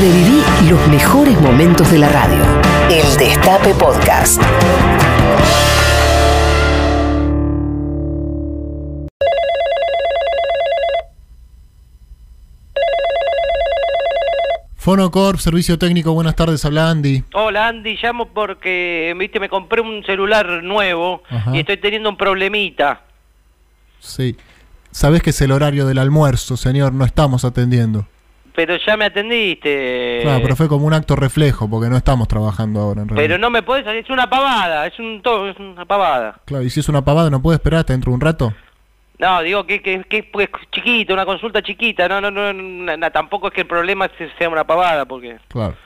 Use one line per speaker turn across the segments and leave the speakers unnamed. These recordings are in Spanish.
Reviví los mejores momentos de la radio. El Destape Podcast.
Fonocorp, servicio técnico, buenas tardes, habla Andy.
Hola Andy, llamo porque viste me compré un celular nuevo
Ajá.
y estoy teniendo un problemita.
Sí. Sabés que es el horario del almuerzo, señor, no estamos atendiendo.
Pero ya me atendiste.
Claro, pero fue como un acto reflejo, porque no estamos trabajando ahora en realidad.
Pero no me podés, es una pavada, es un todo, es una pavada.
Claro, y si es una pavada, ¿no puede esperar hasta dentro de un rato?
No, digo que, que, que es chiquito, una consulta chiquita, no, no, no, na- na- tampoco es que el problema se- sea una pavada, porque...
Claro.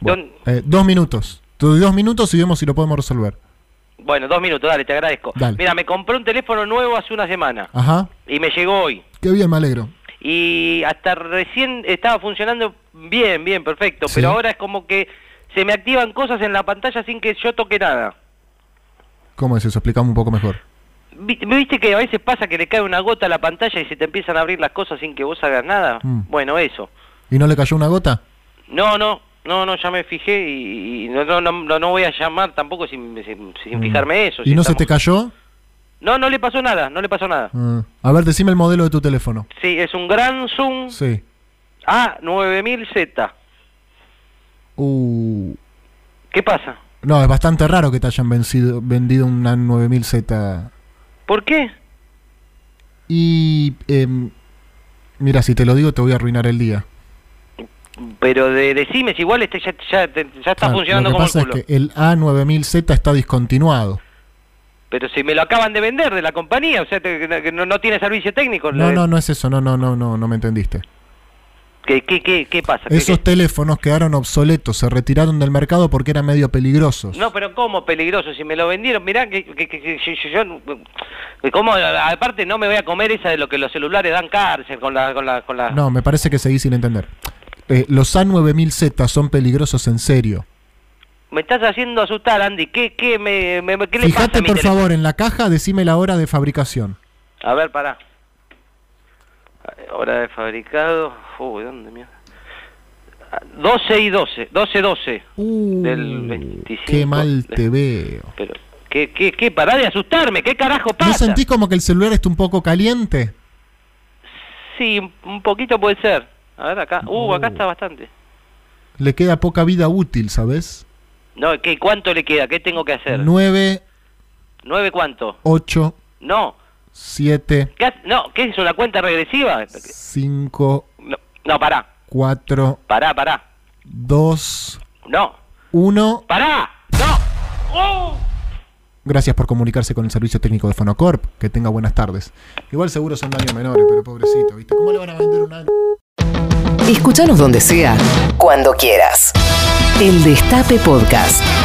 Bueno.
Eh, dos minutos. Te doy dos minutos y vemos si lo podemos resolver.
Bueno, dos minutos, dale, te agradezco.
Dale. Ah.
Mira, me compré un teléfono nuevo hace una semana
Ajá.
y me llegó hoy.
Qué bien, me alegro.
y hasta recién estaba funcionando bien, bien, perfecto,
Sí.
pero ahora es como que se me activan cosas en la pantalla sin que yo toque nada.
¿Cómo es eso? Explicame un poco mejor.
Vi- ¿Viste que a veces pasa que le cae una gota a la pantalla y se te empiezan a abrir las cosas sin que vos hagas nada?
Mm.
Bueno, eso.
¿Y no le cayó una gota?
No, no, no, no, ya me fijé y, y no, no, no, no voy a llamar tampoco sin, sin- sin
Mm.
fijarme eso.
¿Y
si
no se
estamos-
te cayó?
No, no le pasó nada, no le pasó nada.
Ah. A ver, decime el modelo de tu teléfono.
Sí, es un gran Zoom
Sí.
A9000Z.
Uh.
¿Qué pasa?
No, es bastante raro que te hayan vencido, vendido una 9000Z.
¿Por qué?
Y. em, mira, si te lo digo, te voy a arruinar el día.
Pero de, decime, si igual este ya, ya- te- ya está
Claro,
funcionando
Ah, lo que
como el
pasa
culo.
es que el A9000Z está discontinuado.
Pero si me lo acaban de vender de la compañía, o sea, te- que que no, no tiene servicio técnico. eh,
No,
la-
no, no es eso. No, no, no, no, no me entendiste.
¿Qué, qué, qué, qué pasa? ¿Qué-
Esos
qué?
teléfonos quedaron obsoletos, se retiraron del mercado porque eran medio peligrosos.
No, pero ¿cómo peligroso? Si me lo vendieron, mirá, que, que- que- que yo- yo... yo- ¿cómo? Aparte no me voy a comer esa de lo que los celulares dan cárcel con la... Con la, con la...
No, me parece que seguís sin entender. Eh, los A9000Z son peligrosos en serio.
Me estás haciendo asustar, Andy. ¿Qué, qué, me, me- me- qué le pasa a
Fíjate,
mi
por
teléfono?
favor, en la caja, decime la hora de fabricación.
A ver, pará. Hora de fabricado. Uy, ¿dónde mierda? Ah, 12 y 12. 12, 12.
Uh,
Del 25.
Qué mal te veo.
Pero, ¿qué, qué, qué? Pará de asustarme. ¿Qué carajo
¿No
pasa?
sentís como que el celular está un poco caliente?
Sí, un- un poquito puede ser. A ver, acá. Uh, acá
Oh.
está bastante.
Le queda poca vida útil, ¿sabes?
No, ¿qué, ¿cuánto le queda? ¿Qué tengo que hacer?
9,
¿Nueve cuánto?
8,
No.
7,
¿Qué, hace- no, ¿qué es una cuenta regresiva?
5,
No, no, pará.
4,
Pará, pará.
2,
No.
1.
¡Pará! ¡No! ¡Oh!
Gracias por comunicarse con el servicio técnico de Fonocorp. Que tenga buenas tardes. Igual seguro son daños menores, pero pobrecito, ¿viste? ¿Cómo le van a vender una...
Escúchanos donde sea, cuando quieras. El Destape Podcast.